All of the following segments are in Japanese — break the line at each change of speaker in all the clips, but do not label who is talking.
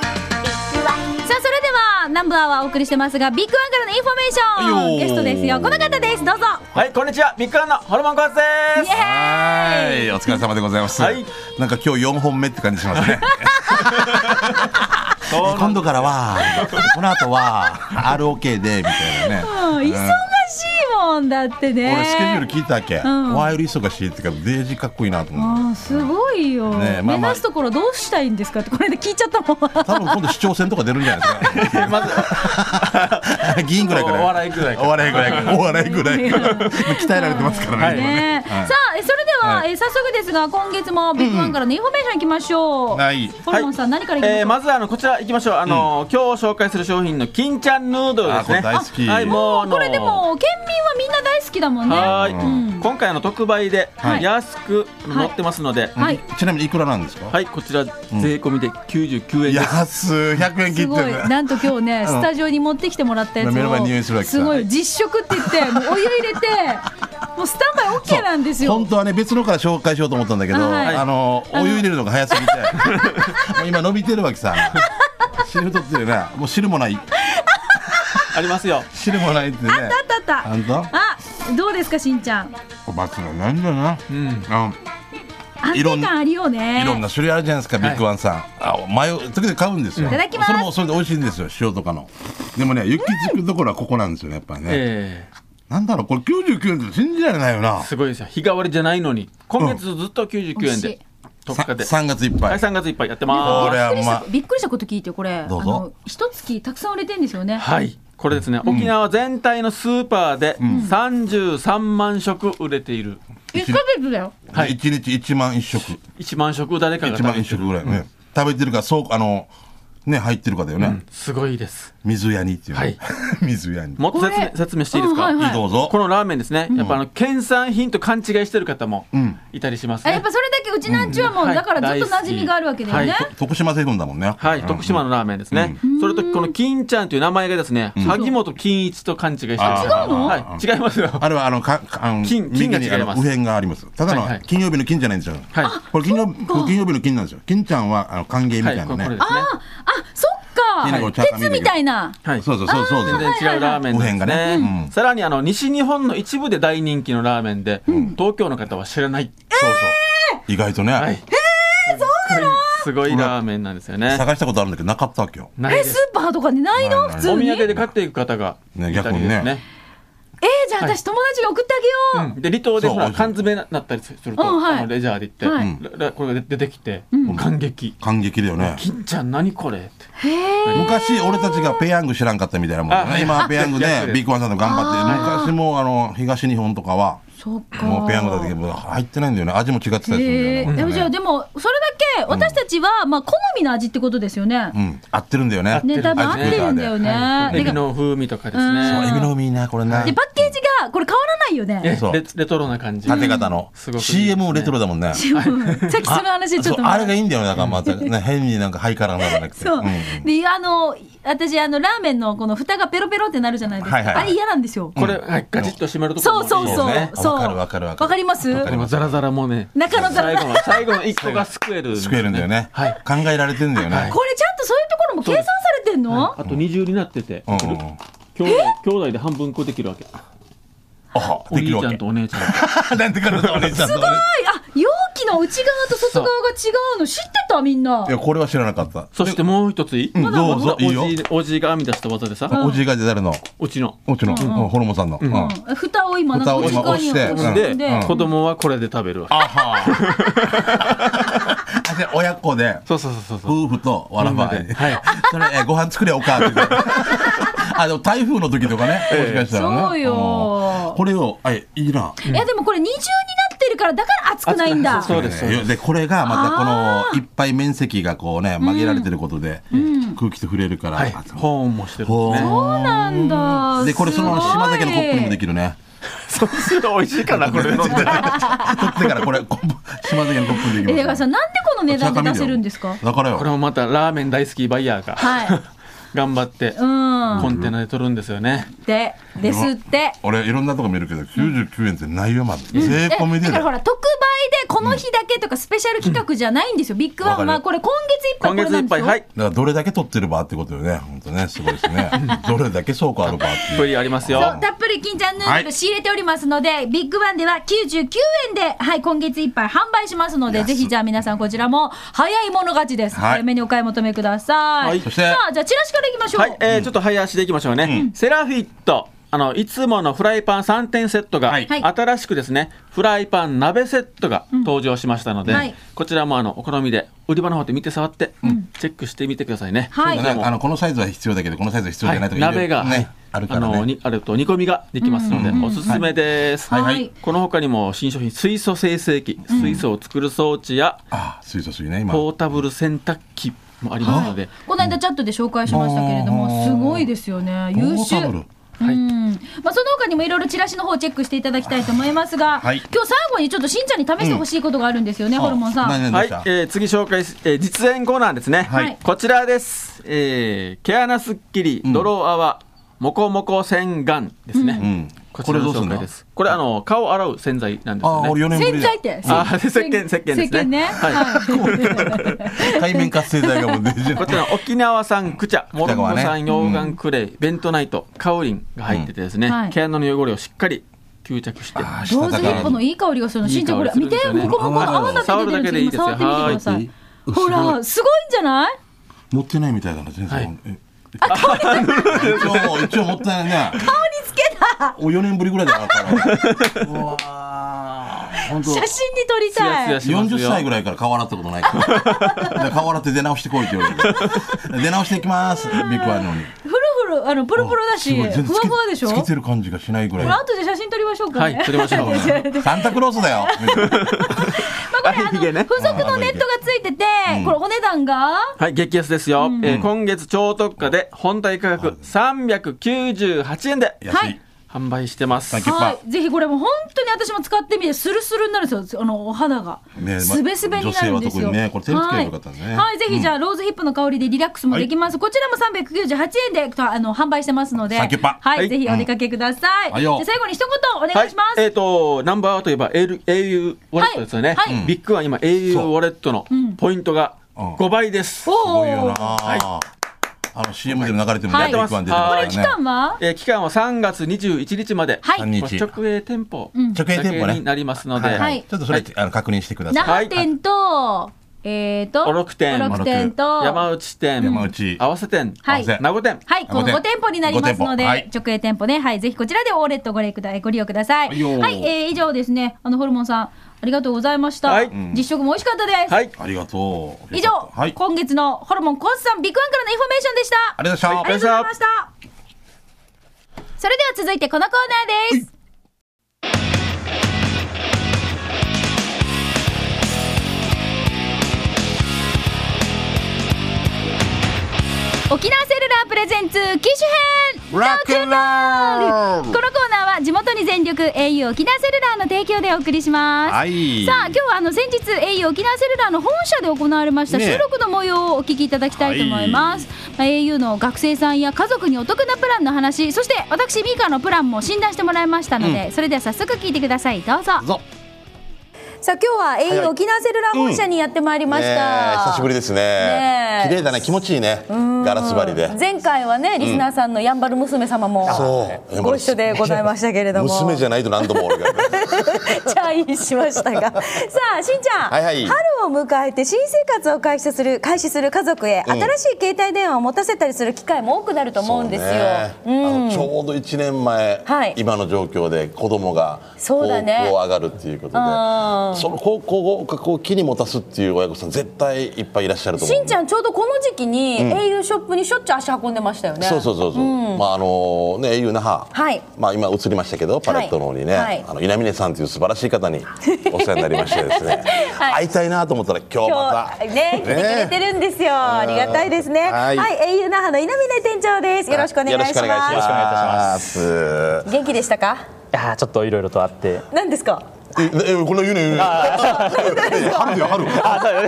さあそれではナンバーはお送りしてますがビッグワンからのインフォメーション
はいよー
ゲストですよこの方ですどうぞ
はい、こんにちは。ビッグランのホルモンコーツで
イエ
は
ーイ
い、お疲れ様でございます。
はい
なんか今日4本目って感じしますね。
す。
今度からは、この後は、ROK で、みたいな
う
ね。
ん忙しいもんだってね
俺スケジュール聞いたわけ。
ん
ワイル忙しいってか、デージかっこいいなと思って。
あーすごいよ、
ねえまあ
目
まあ
指すところどうしたいんですかってこれで聞いちゃったもん
多分今度市長選とか出るんじゃないですか。
まず、
議員ぐらいから。
お笑いぐらいから
お笑いぐらいから。お笑いぐらいから。 鍛えられてますからね。
ねえ
はい
さあえそれでは、
は
え早速ですが今月もビッグワンからのインフォメーションいきましょう、
はい
ホルモンさん、何からいきましょう、
えー、まずあのこちら行きましょう。あの、今日紹介する商品の金ちゃんヌードルですね。
あこれ大好き
はい、もうあの
これでも県民はみんな大好きだもんね
はーい、
うん
今回の特売で
はい
安く
は
載
い
ってますので、はい、
はい
ちなみにいくらなんですか
こちら税込みで99円です。
安い、100円
す
切って
ご
る
い。 なんと今日ね、スタジオに持ってきてもらったやつ
目の前に匂いする
を
わけさ
すごい実食って言ってもうお湯入 れてもうスタンバイ OK なんですよ
本当はね別のから紹介しようと思ったんだけど、
はい
あのお湯入れるのが早すぎてもう今伸びてるわけさ汁取ってるよねもう汁もない
ありますよ。
汁もないってね
あったあったあっ
本当
たあどうですかしんちゃん
罰がないんだな、
うん。
あ
安
いろん
定感あるよね
いろんな種類あるじゃないですか、ビッグワンさんあ迷う時々買うんですよ
いただきます
それもそれで美味しいんですよ塩とかのでもね雪つくところはここなんですよねやっぱりね、
え
なんだろうこれ99円って信じられないよな
ー、すごいですよ。日替わりじゃないのに、今月ずっと99円
美味しい
で特価で、
3月いっぱ
はいい、3月いっぱいやって
なん
ま
か
こ
す。
れは
びっくりした
まあ
びっくりしたこと聞いてこれあ
どうぞ
の一月たくさん売れてんですよね
はい。これですね、沖縄全体のスーパーで33万食売れている。
1ヶ月だよ
はい
1日1万1食
1万食誰かが
1
食べ
万
て
1
る
食ぐらいね、食べてるかそうあのね入ってるかだよね、
すごいです。
水屋にっていう、
はい
水屋に
もっと説
こ
明
れ
説明していいですか、
うんはいはい
どうぞ
このラーメンですね、やっぱあの県産品と勘違いしてる方もいたりします
あや
ね
っ。ぱそれだけうちなんちはもう
はい
だからずっと馴染みがあるわけだよね
はい
徳島製粉だもんね
はい、徳島のラーメンですね。それと、この金ちゃんという名前がですね、萩本金一と勘違いしてる。違う
あ
違うの
はい、違いますよ。
あれはあのかあの
金金が違
右に
います
あの右辺がありますただの、
はいはい
金曜日の金じゃないんですよ
はい。
これ金曜日これ金曜日の金なんですよ金ちゃんはあの歓迎みた
はいい、
な
こ
ね、
れですね。
ああそ
いいねこ
っ
れ
か
ちゃんと
鉄
見て
みたいな
はい。
そうそうそうそうそう
全然違うラーメ
はいはいはい
ンですね
右辺がねうん
さらに、あの、西日本の一部で大人気のラーメンで、東京の方は知らない。
そうそう意外とね、
はい。すごいラーメンなんですよね。
探したことあるんだけどなかったわけよ
ない
え
です。
スーパーとかにないの
ないな
普
い
お土
通にえ
産で買っていく方がいた
ね
りです
逆にね
ね。
ーじゃあ私友達に送ってあげよう
で離島で
そう
ほら
美味しい
缶詰になったりすると、
うんはい
あのレジャーで行って、
はい
ららこれが出てきて、もう感激
感激だよね
金ちゃん何これって
へえ
昔俺たちがペヤング知らんかったみたいなもんだよ
あは
ね
い
今はペヤ ング
逆
で
で
ビッグワンさんと頑張って昔もあの東日本とかは
そっか
もうペヤングだったけど入ってないんだよね味も違ってたりするんだ
へえ
よね
じゃあでもそれだけ私たちはまあ好みの味ってことですよね
うん合ってるんだよね
ね多分合ってるんだよね
はい
で
エビの風味とかですね、
そうエビの海いいなこれな
でパッケージがこれ変わらないよね
え
そう
レレトロな感じ
縦型の
すごくいいですね
CM レトロだもん
さ
ね
っきその話でち
そ
ょっ
う
と
あれがいいんだよねなんかまたね変になんかハイカラにならなくて
そう、
ん
であの私あのラーメンのこの蓋がペロペロってなるじゃないですか、
はいはいはい
あれ嫌なんですよ、
これ、はい、ガチッと閉めるとこ
そ
も
うそうそう
いいです
そう
ね
そう
わかるわかるわかる
ります
わか
で
り
もザラザラもね
中野ザラ
最 後の最後の一個が救えるんです
救えるんだよね
はい、
考えられてんだよね
これちゃんとそういうところも計算されてんの、
あと二重になってて、
うんうんうん
兄弟兄弟で半分こできるわけ
あ
お
できる
兄ちゃ
わ
ん
け
とお姉ちゃんと
なんてからだお姉ちゃんとお姉ち
はいあ容器の内側と外側が違うの知ってたみんな
ゃんいやこれは知らなかった
そしてもう一ついい、
うんどうぞいいよ
おじおじが編み出した技でさ、
おじいが誰の
うちの
おちのうんホルモンさんのうん
うん蓋を今なんか
蓋を今
内側に
押して
押して
で、
んで、
うん
子供はこれで食べるわけ。
あはあじゃあ親子で
そうそうそうそう。
夫婦とわらばい
みんなではい
それえご飯作れおかって言って あでも台風の時とかねもしかしたらね
そうよ
うんこれをあいいない
やでもこれ二重になってるからだから熱くないんだ
熱くないそうですそうです
でこれがまたこのいっぱい面積がこうね曲げられてることで空気と触れるから、
はい。
あそう
保温もしてるん
ほ
で
う
すね。
そうなんだ
でこれそのまます
ごい
島崎のコップにもできるね
そうすると美味しいかな、これ飲ん で。
取ってからこれコップ島崎のコップに
え
できる
だからさなんでこの値段で出せるんですか
だからよ
これもまたラーメン大好きバイヤーが。
はい
頑張って
うん。
コンテナで取るんですよね。
で、ですって。
俺いろんなとこ見るけど99円って内容まで、税込みで
だ
だ
からほ
よ
ら特売でこの日だけとかスペシャル企画じゃないんですよ、ビッグワン
わか
は
る
これ今月いっぱいこ
今
れ
月
ないんで
っぱ
す
い、
よ
はい。
だからどれだけ取ってればってことよね本当ねすごいで すねどれだけ倉庫あるばっていう
プリありますよ。
そうたっぷり金ちゃんヌード
は
ル
い
仕入れておりますので、ビッグワンでは99円で、はい、今月いっぱい販売しますので
安い
ぜひじゃあ皆さんこちらも早い者勝ちです、
はい
早めにお買い求めください、
はい
そして
さあじゃあチラシからいきましょう、
はい、えーちょっと早足でいきましょうね、セラフィットあのいつものフライパン3点セットが、
はい
はい
新しくですねフライパン鍋セットが登場しましたので、
うんはい
こちらもあのお好みで売り場の方で見て触って、チェックしてみてくださいね。
はい
そうだねあのこのサイズは必要だけどこのサイズは必要
は
じ
い
ゃないとか、
鍋が、
ね
はい
あるか
あ
ら
の
ね
にあると煮込みができますので、おすすめです、
はいはい
この他にも新商品水素生成器水素を作る装置や、
ああ水素水ね今
ポータブル洗濯機もありますので、
この間チャットで紹介しましたけれども、す
うん
ごいですよね優
ポータ
秀
ブル
はい
うんまあ、その他にもいろいろチラシの方をチェックしていただきたいと思いますが、
はい
今日最後にちょっとしんちゃんに試してほしいことがあるんですよね、
あ
ホルモンさん。
何々どう
はい
した、
えー次紹介す、えー実演コーナーですね、
はい
こちらです、えー毛穴すっきりドローアワーもこもこ洗顔ですね、
うん
こちらの
これどうすん
紹
の
介ですこれあの顔を洗う洗剤なんです
あ
よ
あ
ね
俺4年ぶり
洗
だ
剤って。
あー石鹸石鹸ですね
石鹸ね。
はい
はい。
海面活性剤がもう出ちゃ
こちら沖縄産クチャ、モロッコ産溶岩クレイ、ベントナイト、カオリンが入っててですね、
うんはい
毛穴の汚れをしっかり吸着して、
あ
ローズヒップの
い
いい香りがするの。
い
しん
い
ちゃんこれ
香りす
見
るんで
て
すよね
ここのこの泡立ててるんですけど
触
触
る
ってみてくだ
だけでいいですよ
さ
はい
い。ほらすごいんじゃない？
持ってないみたいだな全然、
はい
ええ一応一応持ってないね
顔につけた。
お4年ぶりぐらいだなからうわー本当
写真に撮り
ツヤ
た
ツヤ
い。
しますよ。
40歳ぐらいから顔洗ったこ とないから。だから顔洗って出直してこいって言われて。出直していきます。ビッグワンのに。
ふるふるあのプルプルだし、
すごい全然
ふわふわでしょ。
つけつけ
こ
てる感じがしないぐらい
れ。後で写真撮りましょうかね。
はい撮りま しょう
サンタクロースだよ。みたい
ま
な
あこれあの
ひげね
付属のネットがついてて、これお値段が
はい、激安ですよ、えー今月超特価で本体価格398円で
安
はい
い。
販売してます。
Thank
は
やっ
い、ぜひこれも本当に私も使ってみてスルスルになるんですよあのお肌が、
ねま
すべすべになるんですよ
女性は特にねこれ手につけばよかったね
はい、はいぜひじゃあ、ローズヒップの香りでリラックスもできます、こちらも398円でとあの販売してますので
サンキュッパ
はい、
はい
ぜひお出かけください、
はい
じ
よ
ゃあ最後に一言お
は
願い
い
します、
えっ、と、ナンバーワンといえば au, au ウォレットですよね。
はいはい
ビッグワン今 au ウ
そう
ォレットのポイントが
うん
5倍です。
お
すごいよな。
ー
あの CM でも流れても
はい
ね、ビッグワン出て
こ
ま
れ
す
期
から
間
ね。
は、
えー期間は3月21日まで、
はい
三日
直営店舗
ん
直営
だ
店舗
けに
ね。
なりますので、
はいは
はい
いちょっとそれあの確認してください。
那覇店と、えっ、と
おろく店
おろく店と
山内店、
山内
合わせ店、
はい
名護店、
はい、この
ご店
5店舗になりますので、
ご店舗
直営店舗ね、はい、ぜひこちらでオーレットご利くだご利用ください。は、
はいいよー
えー以上ですね、あのホルモンさん、ありがとうございました。
はい
実食も美味しかったです。
はい。
ありがとう。
以上、
はい。
今月のホルモンコースさんビッグワンからのインフォメーションでした。
ありがとうござい
あり
ました
がとうございました。それでは続いてこのコーナーです。沖縄セルラープレゼンツ機種編
ラックンロール
このコーナーは地元に全力 au 沖縄セルラーの提供でお送りします、
はい
さあ今日はあの先日 au 沖縄セルラーの本社で行われました
ねえ
収録の模様をお聞きいただきたいと思います、まあ au の学生さんや家族にお得なプランの話そして私ミーカのプランも診断してもらいましたので、それでは早速聞いてくださいどうぞ
ぞ
さあ今日は au 沖縄セルラー本社にやってまいりました、
ねえ久しぶりですね
ねえ
綺麗だね気持ちいいねガラス張りで
前回はねリスナーさんのやんばる娘様も
そう
ご一緒でございましたけれども
娘じゃないと何度も俺が
チャインしま したがさあしんちゃん、
はいはい
春を迎えて新生活を開始する開始する家族へ、新しい携帯電話を持たせたりする機会も多くなると思うんですよ。
そうねあのちょうど1年前
はい
今の状況で子供が
そう
高校
だね
上がるっていうことで
あー
その高校合格を機に持たすっていう親御さん絶対いっぱいいらっしゃると思う
しんちゃんちょうどこの時期に au ショップにしょっちゅう足運んでましたよね。
そうそうそうそう、まああのね au 那覇、
はい
まあ今映りましたけどパレットの方にね、
はい
あの稲峰さんという素晴らしい方にお世話になりましてですね、
はい
会いたいなと思ったら今日ま
今
た
日ね来てくれてるんですよ。ありがたいですね。は、
はいい
au 那覇の稲峰店長です。よろしくお願いします。
よろしくお願いします。
よろしくお願いいたします
元気でしたか？
いやーちょっといろいろとあって
何ですか？
ええこの言うね言うね。春だよ春。
あ、そうよ。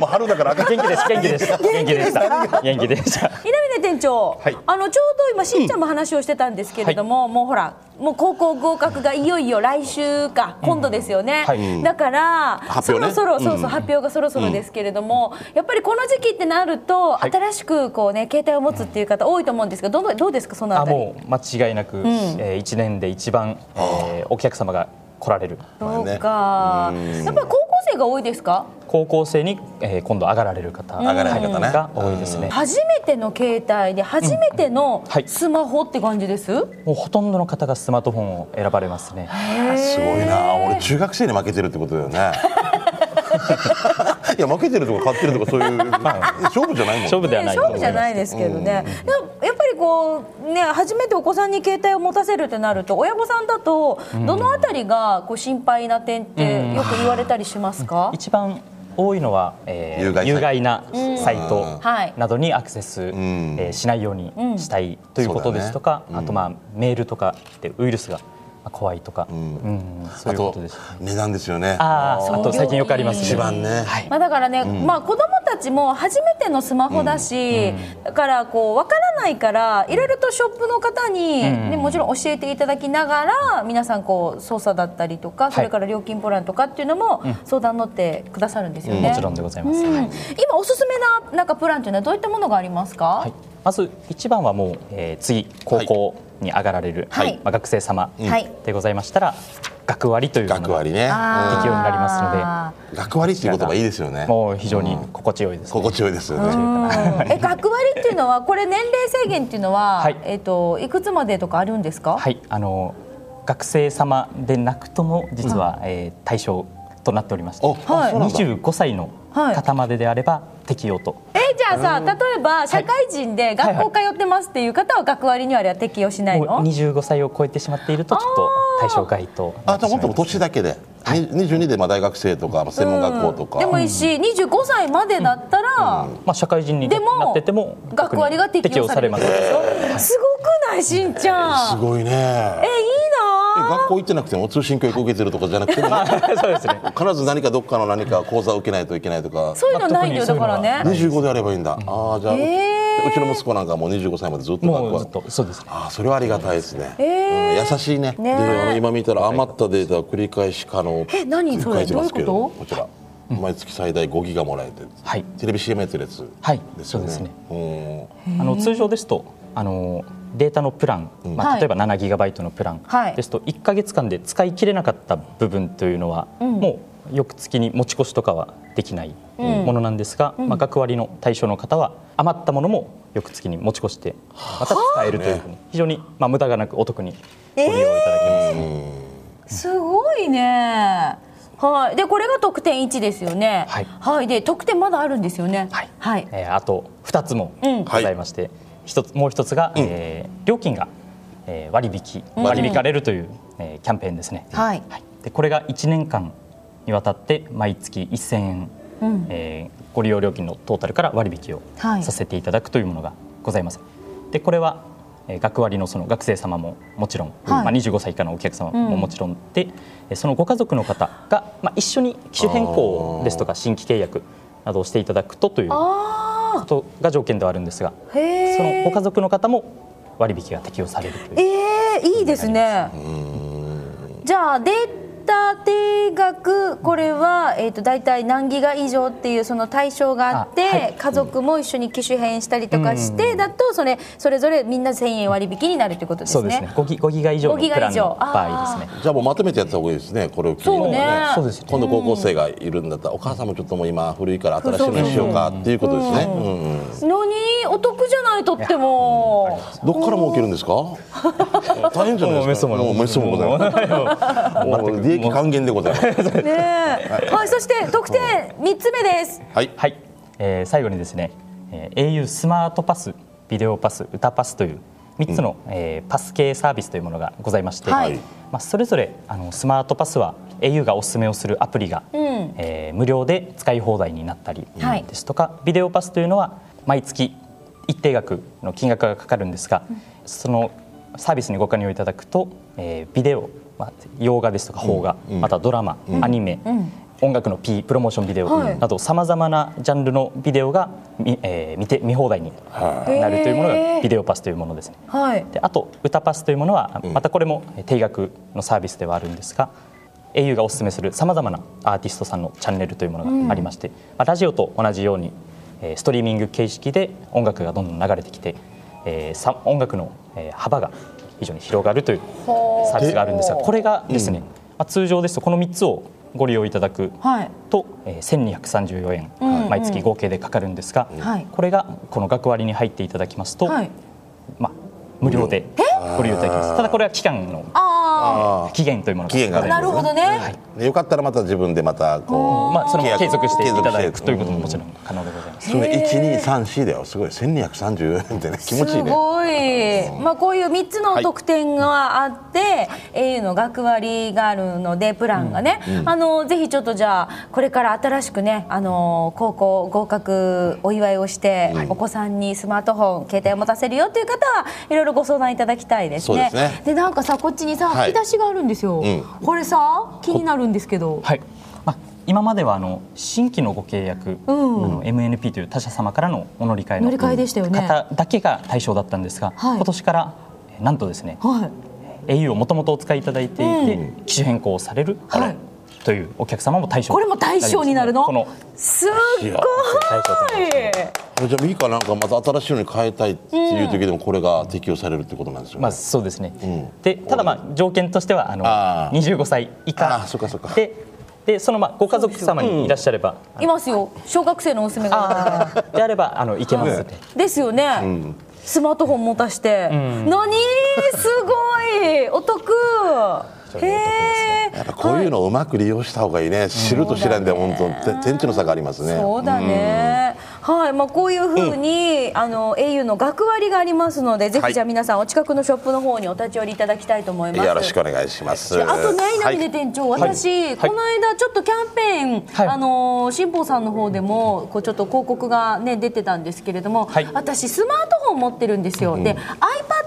もう春だから赤
元気です。元気です。元気でした。元気でした。
稲峰店長、
はい
あのちょうど今しんちゃんも話をしてたんですけれども、もうほらもう高校合格がいよいよ来週か今度ですよね、
はい
だから、
発
そ
表
ろ
ね
そろそうそう、発表がそろそろですけれども、やっぱりこの時期ってなると、
い
新しくこうね携帯を持つっていう方多いと思うんですけどどうどうですかそのあ
あ、
たり
もう間違いなく、えー一年で一番、えーお客様が来られる。
どうか、やっぱり高校生が多いですか
高校生に、えー今度上がられる方
上がられる方ね
が多いですね。
初めての携帯で初めての
はい
スマホって感じです、
もうほとんどの方がスマートフォンを選ばれますね。
すごいな。俺中学生に負けてるってことだよね。いや負けてるとか勝ってるとかそういう勝負じゃないもん。
勝負ではないと
勝
思
負
い
じゃ
ま
な
す。
いですけどね、でもやっぱりこうね初めてお子さんに携帯を持たせるってなると親御さんだとどのあたりがこう心配な点ってよく言われたりしますか、
一番多いのは、えー
有害サイト
有害なサイト
はい
などにアクセス、
ん
えーしないようにしたいということですとか、
そうだねうん
あとまあメールとかでウイルスがまあ怖いとか、うんそ
あ
ういうこととです。
値段ですよね。
ああ、あと最近よくあります
一番ね。
まあ、だからね、まあ、子供たちも初めてのスマホだし、だからこう分からないからいろいろとショップの方に、ね、もちろん教えていただきながら皆さんこう操作だったりとかそれから料金プランとかっていうのも相談乗ってくださるんですよね。
もちろんでございます。
うん今おすすめななんかプランというのはどういったものがありますか、
はい、まず一番はもう、えー次高校に上がられる、
はい
まあ、学生様
はい
でございましたら、学割というもの
学
が
割ね。
あー
適用になりますので
学割っていう言葉いいですよね。
もう非常に心地よいです、ね
心地よいですよね。
うんえ学割っていうのはこれ年齢制限っていうのは、
はい
えっ、といくつまでとかあるんですか、
はい、あの学生様でなくとも実は、えー対象となっておりまして、
おあそうなんだ
25歳の方までであれば適用と、
えじゃあさ例えば社会人で学校通ってますっていう方は学割にはあれは適用しない
も
の、
う25歳を超えてしまっているとちょっと対象外とな
あ
って
じゃあ本
しまい
当も
ます
年だけで。二十二でまあ大学生とかまあ専門学校とか。
でもいいし25歳までだったら、
まあ、社会人に
でも
なってても
学割が適用される
ま
です しょすごくないしんちゃ
す
ん
ごいね
え。いい
え
な
学校行ってなくても通信教育受けてるとかじゃなくても
そうですね
必ず何かどっかの何か講座を受けないといけないとか
そういうのないよ
まあ特にそ
だ
ういうの
か
は
ら ね
25であればいいんだ、ああじゃあ、
えー
うちの息子なんかもう25歳までずっと学
も
校
うずっとそうですね
ああそれはありがたいですね、
えー
うん優しいね
ね
であの今見たら余ったデータを繰り返し可能
え何それ
書いてますけど
どういう
こちら毎月最大5ギガもらえて、
はい
テレビ CM やってるやつ
はい
です
そ
よ
う
ね
ですね
うん
あの通常ですとあのデータのプラン、ま
は
あ、
い
例えば7ギガバイトのプラン
はい
ですと1か月間で使い切れなかった部分というのは、もう翌月に持ち越しとかはできないものなんですが、まあ、学割の対象の方は余ったものも翌月に持ち越してまた使えるというふうに非常に、まあ、無駄がなくお得にご利用いただけます、
すごいね。はい、で、これが得点1ですよね。
はい
で、得点まだあるんですよね。
はい
はい。
えーあと2つも
うん
ございまして、一つもう一つが、えー料金が、えー割引割引かれるという、えーキャンペーンですね、
はい
でこれが1年間にわたって毎月1000円、えーご利用料金のトータルから割引を
はい
させていただくというものがございます。でこれはえー学割のその学生様ももちろん、
はい
まあ、25歳以下のお客様ももちろんで、えーそのご家族の方が、まあ、一緒に機種変更ですとか新規契約などをしていただくとという
あ
ことが条件ではあるんですが、
あ。へえ。
そのご家族の方も割引が適用されるという。
ええいいですね。じゃあ、データ定額、これは、えっ、と、大体何ギガ以上っていう、その対象があって。
あはい
家族も一緒に機種変したりとかして、だと、それ、それぞれみんな1000円割引になるということです
そうですね
ね。。
5ギ ,5 ギガ以上の
5
プ
ギガ
ラ
以
ン
上
の場合ですね。
じゃあもうまとめてやった方がいいですねこれを機に
そうね
そうですね
今度高校生がいるんだったらお母さんもちょっともう今古いから新しいのにしようかっていうことですね、うんうん
のに、お得じゃないとっても。
どこから儲けるんですか。大変じゃないですか。
もうめっそうもない
もうめっそうもございます。もう利益還元でござい ます。
ねえ、はい、そして得点三つ目です。
はい。
はい、えー最後にですね、えー au スマートパスビデオパス歌パスという3つの、えーパス系サービスというものがございまして、
はい
まあ、それぞれあのスマートパスは au がおすすめをするアプリが、えー無料で使い放題になったり
はい
ですとか、ビデオパスというのは毎月一定額の金額がかかるんですが、そのサービスにご加入いただくと、えービデオまあ、洋画ですとか邦画、あとはドラマ、アニメ、音楽の P プロモーションビデオ
はい
などさまざまなジャンルのビデオが見,、えー見て見放題になるというもの
へ
が
ー
ビデオパスというものですね。
はい
であと歌パスというものはまたこれも定額のサービスではあるんですが au がおすすめするさまざまなアーティストさんのチャンネルというものがありまして、まあラジオと同じようにえーストリーミング形式で音楽がどんどん流れてきて、えーさ音楽のえー幅が非常に広がるというサービスがあるんですがこれがですね、まあ通常ですとこの3つをご利用いただく
はい
と、えー、1234円、毎月合計でかかるんですが、
はい
これがこの額割に入っていただきますと、
はい
まあ、無料でご利用いただきますただこれは期間の
あ
あ
期限というもの
期限があ
あ
る
なるほどね、
あよかったらまた自分でまたこ
まあ、そのまま
契
継
約
続していた
継
だ
続
く
して
ということももちろん可能でございます
うそれ1234だよすごい1234円ってね気持ちいい
す
ね
ごい、まあ、こういう3つの特典があって、au の学割があるのでプランがね、あのぜひちょっとじゃあこれから新しくねあの高校合格お祝いをして、お子さんにスマートフォン携帯を持たせるよという方はいろいろご相談いただきたいですね
そうですね
なんかさこっちにさ
はい
引き出しがあるんですよ、
うん
これさ気になるんですけど
はいまあ、今まではあの新規のご契約、
うん
あの MNP という他社様からのお乗り換えの
乗り換えでしたよね
方だけが対象だったんですが、
はい
今年からえーなんとですね、
はい
au をもともとお使いいただいていて、機種変更をされる、
はい
というお客様も対象
これも対象になるの
この
すっごい
対象となります
じゃあミカなんかまた新しいのに変えたいっていう時でもこれが適用されるってことなんですよね、
まあ、そうですね、でただ、まあ、条件としてはあの
あー
25歳以
あー
下
そっかそっか
ででその、まあ、ご家族様にいらっしゃれば、
いますよ小学生の娘がいるから
あーであればあのいけますね
ですよね、スマートフォン持たして、何す ごいお得へえ
やっぱこういうのをうまく利用した方がいいね、知ると知らんで本当て天地の差がありますね
そうだね、はいまあ、こういうふうに、あの au の学割がありますのでぜ
は
ひ
い
じゃあ皆さんお近くのショップの方にお立ち寄りいただきたいと思います
よろしくお願いします
であとね稲峰
はい
店長、私、この間ちょっとキャンペーン、
はい
あのー新報さんの方でもこうちょっと広告がね出てたんですけれども、
はい
私スマートフォン持ってるんですよ、で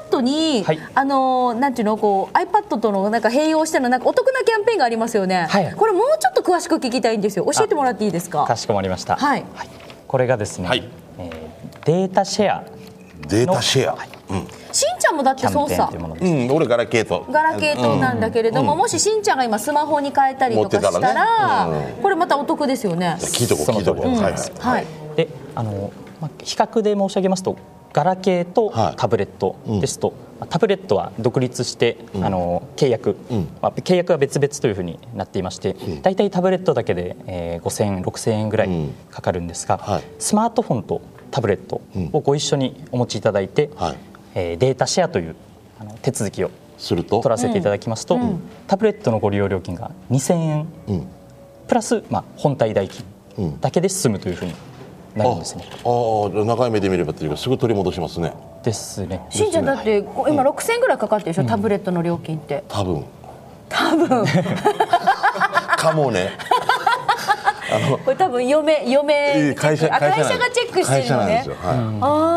iPad に、
はい
あのーなんていうのこう iPad とのなんか併用したのなんかお得なキャンペーンがありますよね、
はい
これもうちょっと詳しく聞きたいんですよ教えてもらっていいですか
かしこまりました、
はい
これがですね、
はい
えーデータシェア
データシェア、
しんちゃんもだっ
キ
て
ャ
操
ンペーン
作
というものです、
うん俺ガラケーと
ガラケーとなんだけれども、もししんちゃんが今スマホに変えたりとかしたら
持ってたら
これまたお得ですよね。
聞いとこう
その
聞いとこう、
通り
はい
です
はい
であの、まあ、比較で申し上げますとガラケーと
はい
タブレットですと、まあタブレットは独立して、あの契約、まあ、契約は別々というふうになっていまして、大体タブレットだけで、えー、5000円6000円ぐらいかかるんですが、
はい
スマートフォンとタブレットをご一緒にお持ちいただいて、
はい
えーデータシェアというあの手続きを
すると
取らせていただきますと、タブレットのご利用料金が2000円、プラス、まあ、本体代金だけで済むというふうになるんですね。
ああ長い目で見ればっていうかすぐ取り戻しますね
ですね。
しんちゃんだってこう今6000円ぐらいかかってるでしょ、タブレットの料金って
多分多分 かも ね
これ多分嫁
い
嫁
い会社
あ会社
なん
がチェックしてるの
会社な
ね
んですよ、はい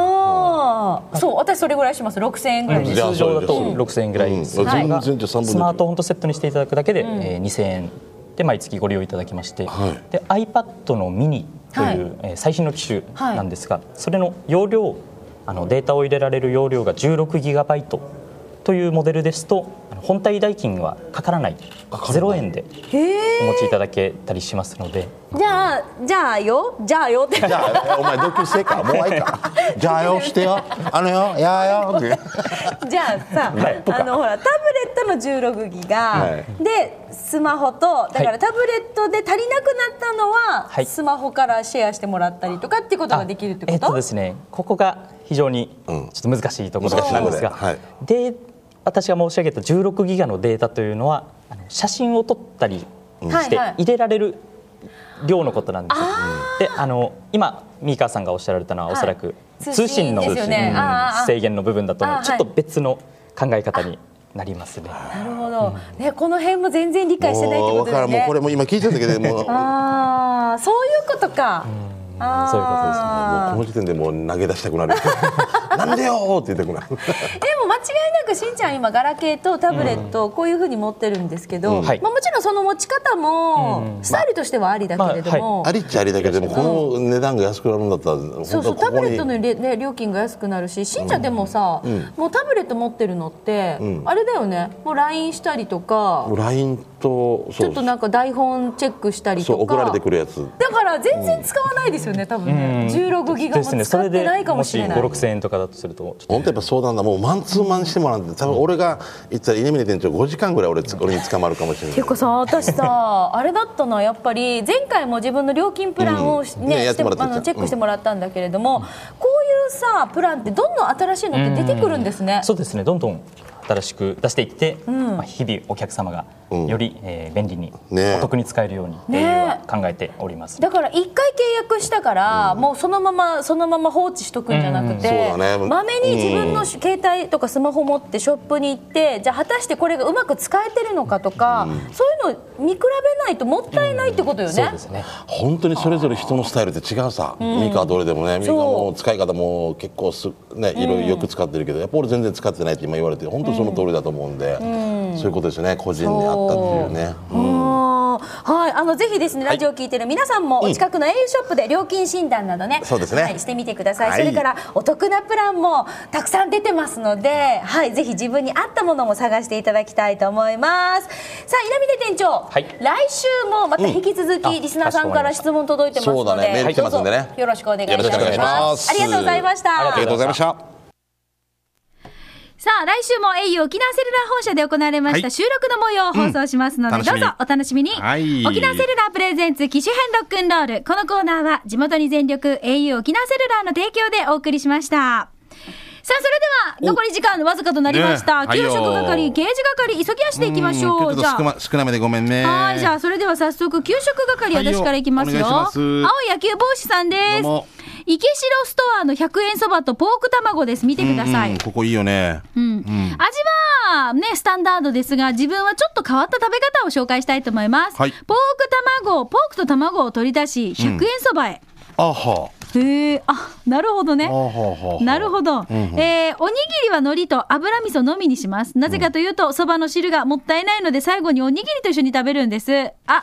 ああそう私それぐらいします6000円ぐらい
うん
で
じ
す
ゃあ
通常だと
そうです
6000円ぐらいです
うん
が、
全然じゃあ三分の一
スマートフォンとセットにしていただくだけで、えー2000円で毎月ご利用いただきまして、
はい
で iPad のミニという、えー最新の機種なんですが、それの容量あのデータを入れられる容量が 16GB というモデルですとあの本体代金はかからない0円でお持ちいただけたりしますので。
じゃあじゃあよじゃあよって
じゃあお前独立してかもうあいかじゃあよしてよあのよやあよって
じゃあさ、あのほらタブレットの16ギガ、
はい
でスマホとだか
は
ら
い
タブレットで足りなくなったのは、
はい
スマホからシェアしてもらったりとかっていうことができるってこと？
えっとですね、ここが非常にちょっと難しいところ
難しいとこ
なん
ろ
で
です
が、
はい
で私が申し上げた16ギガのデータというのはあの写真を撮ったりして
はいはい
入れられる量のことなんですよ。であの今ミーカーさんがおっしゃられたのはおそらく、
はい
通信の
通信ですよね
うん
あーあー
制限の部分だと思
あー
うちょっと別の考え方になりますね。
なるほど、ねこの辺も全然理解してないって
も
こ
う
と
分
だ
から
よ
んもう
ね
こ。れも今聞いてただけでもう
ああそういうことか。あー
そういうことですね
もうこの時点でもう投げ出したくなるなんでよーって言 ってくる。
でも間違いなくしんちゃん今ガラケーとタブレットをこういうふうに持ってるんですけど、
はい
まあ、もちろんその持ち方もスタイルとしてはありだけれど
まあ
も、
ありっちゃありだけど、でもこの値段が安くなるんだったら、本当
そう
は
そう
こ
タ
こ
ブレ
に
ットのれ、ね、料金が安くなるししんちゃんでもさ、もうタブレット持ってるのって、
ん
あれだよねもう LINE したりとか、
LINE と、
ち
そ
ょ
う
っとなんか台本チェックしたり
そう、
と
送られ
か
てくるやつ。
だから全然使わないですよね多分ね16ギガ
で
も
すねそ
使っ
れ
て
で
ないかも
も
し
し
れ
5、
ない。
6000円とかだとするとちょっと
本当やっぱ相談だ、もうマンツーマンしてもらって、多分俺が言ったら稲峰店長5時間ぐらい俺つ俺に捕まるかもしれ
ていう
ない。
かさ私さあれだったなやっぱり前回も自分の料金プランをし、
うん
ね
ねやっ
してて
もらった
あ
じゃん
のチェックしてもらったんだけれども、こういうさプランってどんどん新しいのって出てくるんですね。
そうですねどんどん新しく出していって、まあ、日々お客様がより、えー便利に、
ねえ
お得に使えるようにっていうのは考えております、
だから一回契約したから、もうそのままそのまま放置しとくんじゃなくて
そうだね
まめ、に自分の携帯とかスマホ持ってショップに行ってじゃあ果たしてこれがうまく使えてるのかとか、そういうの見比べないともったいないってことよね。
そうですね
本当にそれぞれ人のスタイルって違うさ、ミカはどれでもねミカも使い方も結構すねいろいろよく使ってるけどやっぱ俺全然使ってないって今言われて本当その通りだと思うんで、そういうことですよね個人にあったっていうね、うん
うんはい、あのぜひですね、
はい
ラジオを聞いてる皆さんも、
うん
お近くの au ショップで料金診断などね、
そうですね
はい、してみてください、
はい
それからお得なプランもたくさん出てますので、はい、ぜひ自分に合ったものも探していただきたいと思いますさあ稲峰店長、
はい
来週もまた引き続き、
うんあ
リスナーさんから質問届いてますので
そうだねメール来てますんでね
どうぞよろしくお願いいたし
よろしくお願いし
ま
ますす
ありがとうございました
ありがとうございました
さあ、来週も au 沖縄セルラー本社で行われまし
は
た
い
収録の模様を放送しますので、
うん
どう
楽しみ
ぞお楽しみに。
はい
沖縄セルラープレゼンツ機種編ロックンロール。このコーナーは地元に全力 au 沖縄セルラーの提供でお送りしました。さあ、それでは、残り時間わずかとなりました。
ねはい
給
よ
食係、刑事係、急ぎ足でいきましょう。
んちょ
じゃ
っと少
あ。
な少なめでごめんね
はい、じゃあ、それでは早速、給食係、
はいよ
私からいきますよ。
お願いします
青野球帽子さんです
どうも。
池城ストアの100円そばとポーク卵です。見てください。
うんここいいよね
味はね、スタンダードですが、自分はちょっと変わった食べ方を紹介したいと思います。
はい
ポーク卵を、ポークと卵を取り出し、100円そばへ。
あは
へえ、あ、なるほどね
あ。は
なるほど、えーおにぎりは海苔と油味噌のみにしますなぜかというとそば、蕎麦の汁がもったいないので最後におにぎりと一緒に食べるんですあポーク卵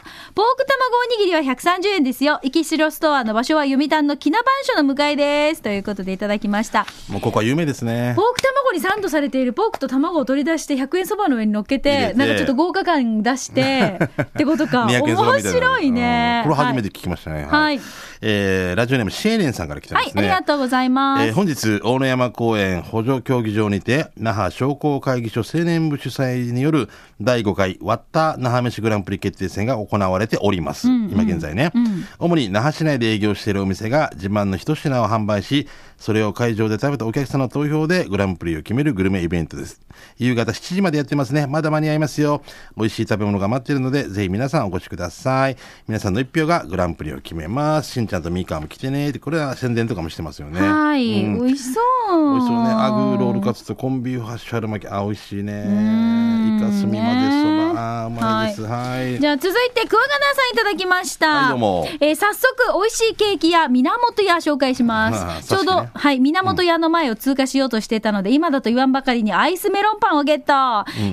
おにぎりは130円ですよ池城ストアの場所は読谷のきな番所の向かいですということでいただきました
もうここは有名ですね
ポーク卵にサンドされているポークと卵を取り出して100円そばの上に乗っけて
入れて
なんかちょっと豪華感出して ってことか
200
面
円そばみたな
白いね、
うんこれ初めて聞きましたね。
はい
えーラジオネームシエレンさんから来てま
はい、
す
あ
ね。
りがとうございます、
えー本日、大野山公園補助競技場にて、那覇商工会議所青年部主催による第5回割った那覇飯グランプリ決定戦が行われております。今現在ね、主に那覇市内で営業しているお店が自慢の一品を販売し、それを会場で食べたお客さんの投票でグランプリを決めるグルメイベントです。夕方7時までやってますね。まだ間に合いますよ。美味しい食べ物が待っているので、ぜひ皆さんお越しください。皆さんの一票がグランプリを決めます。しんちゃんとみーかんも来てね。ってこれは宣伝とかもしてますよね。
はい、
うん
美味しそう
美味しそうね。アグーロールカツとコンビーフハッシュ春巻き。あ、美味しいね。イカスミまでそば。あー、うまいです。はい。
じゃあ続いてクワガナーさんいただきました。
はいどうも
えー早速美味しいケーキ屋源屋紹介します。
ああ
ちょうど、
さっきね
はい源屋の前を通過しようとしていたので、今だと言わんばかりにアイスメロンパンをゲット。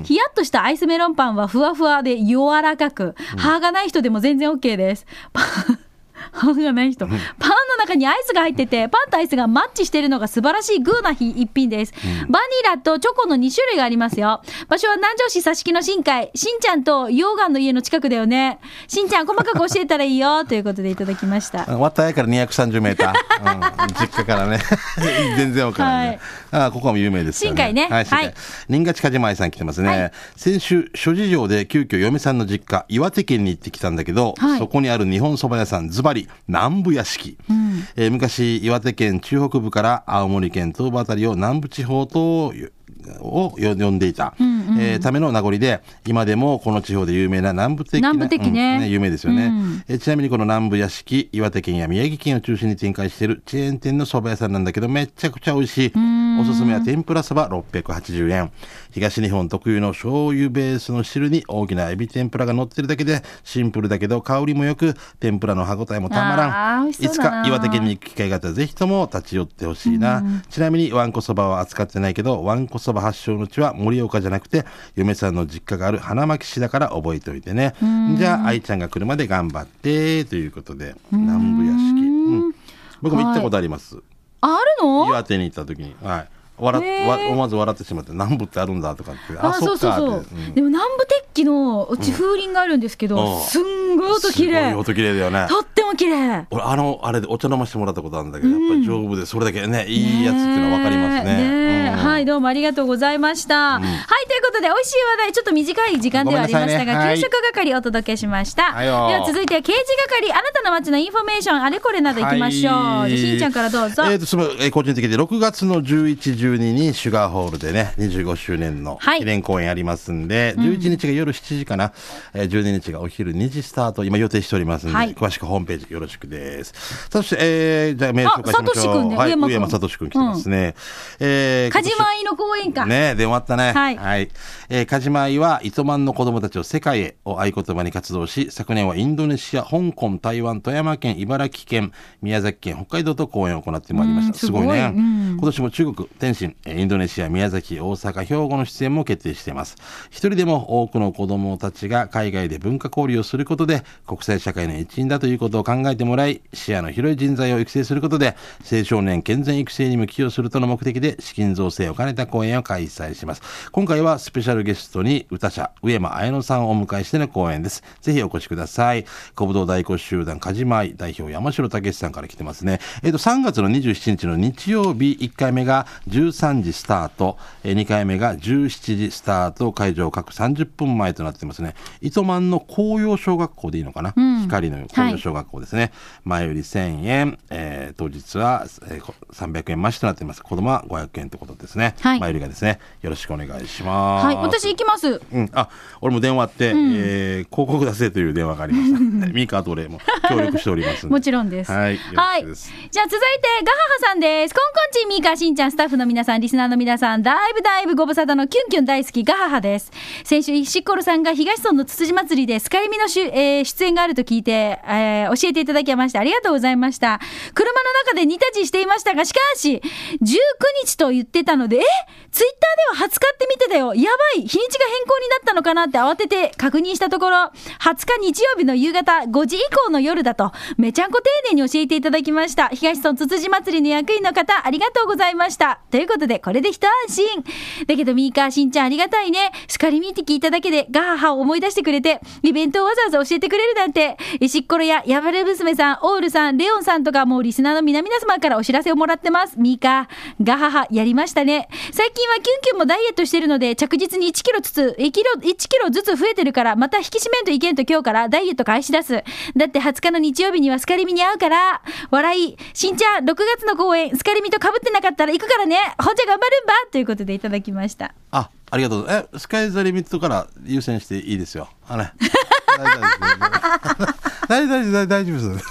ヒヤッとしたアイスメロンパンはふわふわで柔らかく、歯がない人でも全然 OK です。パン 歯がない人。パンの中にアイスが入ってて、パンとアイスがマッチしてるのが素晴らしいグーなひ一品です。バニラとチョコの2種類がありますよ。場所は南城市佐敷の新海。しんちゃんと溶岩の家の近くだよね。しんちゃん細かく教えたらいいよ。ということでいただきました。
わったやから230メーター。うん実家から ね。全然わからない、ねあーここも有名ですよ
新海ね
はい、新
はい
海。新賀近島愛さん来てますね。
はい
先週、諸事情で急遽嫁さんの実家、岩手県に行ってきたんだけど、
はい
そこにある日本そば屋さん、ズバリ、南部屋敷。えー昔、岩手県中北部から青森県東部あたりを南部地方と、をよ呼んでいた、えーための名残で今でもこの地方で有名な南部的な
南部的ね
うん有名ですよね、
うん
えーちなみにこの南部屋敷岩手県や宮城県を中心に展開しているチェーン店の蕎麦屋さんなんだけどめちゃくちゃ美味しいおすすめは天ぷらそば680円東日本特有の醤油ベースの汁に大きなエビ天ぷらが乗ってるだけでシンプルだけど香りもよく天ぷらの歯ごたえもたまら
あー
ん
美
い
味し
つ
そうだな
か岩手県に行く機会があったらぜひとも立ち寄ってほしいな、ちなみにわんこそばは扱ってないけどわんこそば発祥の地は盛岡じゃなくて嫁さんの実家がある花巻市だから覚えておいてねじゃあ愛ちゃんが来るまで頑張ってということで南部屋敷、うん僕も行ったことあります、
あるの
岩手に行った時に、はい、笑っ
へー
わ思わず笑ってしまって南部ってあるんだとかってあ
あそうそうそう、
っかってん
でも南部鉄器のうち風鈴があるんですけど、
うん
すんごい音綺
すごい
麗
音綺麗だよね
とっても綺麗
俺あのあれでお茶飲ませてもらったことあるんだけど、やっぱり丈夫でそれだけねいいやつっていうのは分かりますね
ねえ
うん
はい、どうもありがとうございました。はい、ということで、美味しい話題、ちょっと短い時間ではありました
ごめんな
が、
さいねはい
給食係お届けしました。
はい
で
よ
は続いては、刑事係、あなたの街のインフォメーション、あれこれなどいきましょう。
は
じ
い
ゃあしんちゃんからどうぞ。
えーとそのえー個人的で6月の11、12にシュガーホールでね、25周年の
はい
記念公演ありますんで、11日が夜7時かな、えー12日がお昼2時スタート、今予定しておりますんで、
はい
詳しくホームページよろしくです。そして、えーじゃあメール紹介しましょ
あさ
う。
としくんね
はい、
上山くん
上山さとしくん来てますね。えー
カジマイの講演会。
ねえ、出終わったね。
はい
えー、カジマ愛は、糸満の子供たちを世界へを合言葉に活動し、昨年はインドネシア、香港、台湾、富山県、茨城県、宮崎県、北海道と公演を行ってまいりまし
うん
た。
す
す
ご
ご
い
いね。
うん
今年も中国、天津、えーインドネシア、宮崎、大阪、兵庫の出演も決定しています。一人でも多くの子供たちが海外で文化交流をすることで、国際社会の一員だということを考えてもらい、視野の広い人材を育成することで、青少年健全育成にも寄与するとの目的で、資金造成を兼ねた公演を開催します。今回はスペシャルゲストに歌者、上間彩乃さんをお迎えしての公演です。ぜひお越しください。小武道大鼓集団、カジマイ代表、山城武さんから来てますね。えっ、と、3月の27日の日曜日、1回目が13時スタート、え2回目が17時スタート、会場各30分前となってますね。糸満の紅葉小学校でいいのかな、光の紅葉小学校ですね。前売り1000円、えー当日は、えーこ300円増しとなっています。子供は500円ということですね。
はい
前売りがですね、よろしくお願いします。
はい、私行きます。
うん、あ俺も電話あって、えー広告出せという電話がありま した。ミカと俺も協力しておりますんで
もちろんです。
はい。
は
よろし
い。
く
じゃあ
で
続
す
いて、ガハハさんです。コンコンチン、ミーカ、しんちゃん、スタッフの皆さん、リスナーの皆さん、だいぶだいぶご無沙汰のキュンキュン大好き、ガハハです。先週、石ころさんが東村のつつじ祭りで、スカリミのしゅ、えー出演があると聞いて、えー教えていただきまして、ありがとうございました。車の中で煮立ちしていましたが、しかし、19日と言ってたので、えツイッターでは20日って見てたよ。やばい。日にちが変更になったのかなって慌てて確認したところ、20日日曜日の夕方5時以降の夜だと、めちゃんこ丁寧に教えていただきました。東村つつじ祭りの役員の方、ありがとうございました。ということで、これで一安心。だけど、ミーカーしんちゃんありがたいね。スカリミーって聞いただけで、ガハハを思い出してくれて、イベントをわざわざ教えてくれるなんて、石っころや、やばれ娘さん、オールさん、レオンさんとか、もうリスナーの皆々様からお知らせをもらってます。ミーカー、ガハハ、やりましたね。最近はキュンキュンもダイエットしてるので、着実に1キロずつ、1キロ、1キロずつ増えてるから、また引き締めんといけんと今日からダイエット開始だす。だって20日の日曜日にはスカリミに会うから、笑い、しんちゃん、6月の公演、スカリミと被ってなかったら行くからね、ほんじゃ頑張るんばということでいただきました。
あ、ありがとうございます。え、スカイザリミットから優先していいですよ。あれ。 大丈夫です。大丈夫です。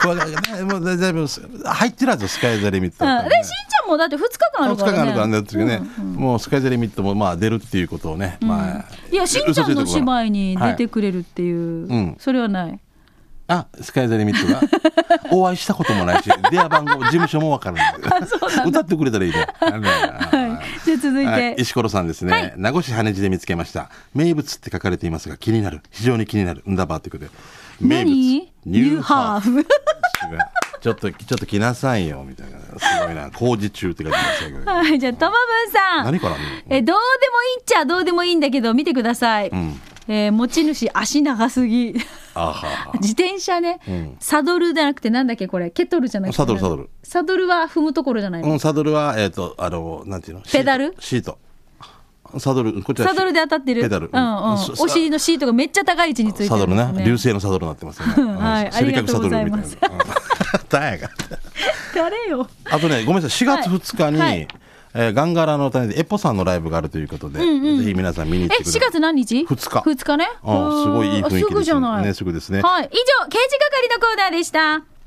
怖がねもう大丈夫です。入ってるはず、スカイザリミット。
うん。で、しんちゃんもだって2日間あ
あ
るか
の2日
らね。
間あるからね、だってね、もうスカイザリミットもまあ出るっていうことをね、まあ、
いや、しんちゃんの芝居に出て
く
くれるっていう、
はいうん
それはない。
あ、スカイザリミットがお会いしたこともないし、電話番号、事務所もわから ない。歌ってくれたらいいね。は
じゃあ続いて、
はい、石ころさんですね、
はい
名護市羽地で見つけました名物って書かれていますが気になる非常に気になるんだばーってことで名物
何ニューハーフ。
ちょっとちょっと来なさいよみたいなすごいな工事中って書いてますけど
はい、じゃあ、トマブンさん。
何から
え、
ね
どうでもいいっちゃどうでもいいんだけど、見てください。
ん
えー持ち主、足長すぎ。
あはは
自転車ね、サドルじゃなくて、なんだっけ、これ、ケトルじゃなくて。
サドルサドル。
サドルは踏むところじゃないの。
うんサドルはえっ、とあのなんていうのシート
ペダル
シートサドルこっちは
サドルで当たってる。
ペダル
うんうん。
そ
お尻のシートがめっちゃ高い位置についてる、
サドルね流。星のサドルになってますよね、うん
はい
セリカクサドルみたい
あり
なうん 誰やが
誰よ。
あとね、ごめんなさい、4月2日に、
はいはい
えーガンガラの種でエポさんのライブがあるということで、ぜひ皆さん見に行って
え、
くだ
4
さい。
月何日
二日
?2 日ね。
うんすごいいい雰囲気です
あすぐじゃない。
ねすぐですね
はい。以上、刑事係のコーナーでした。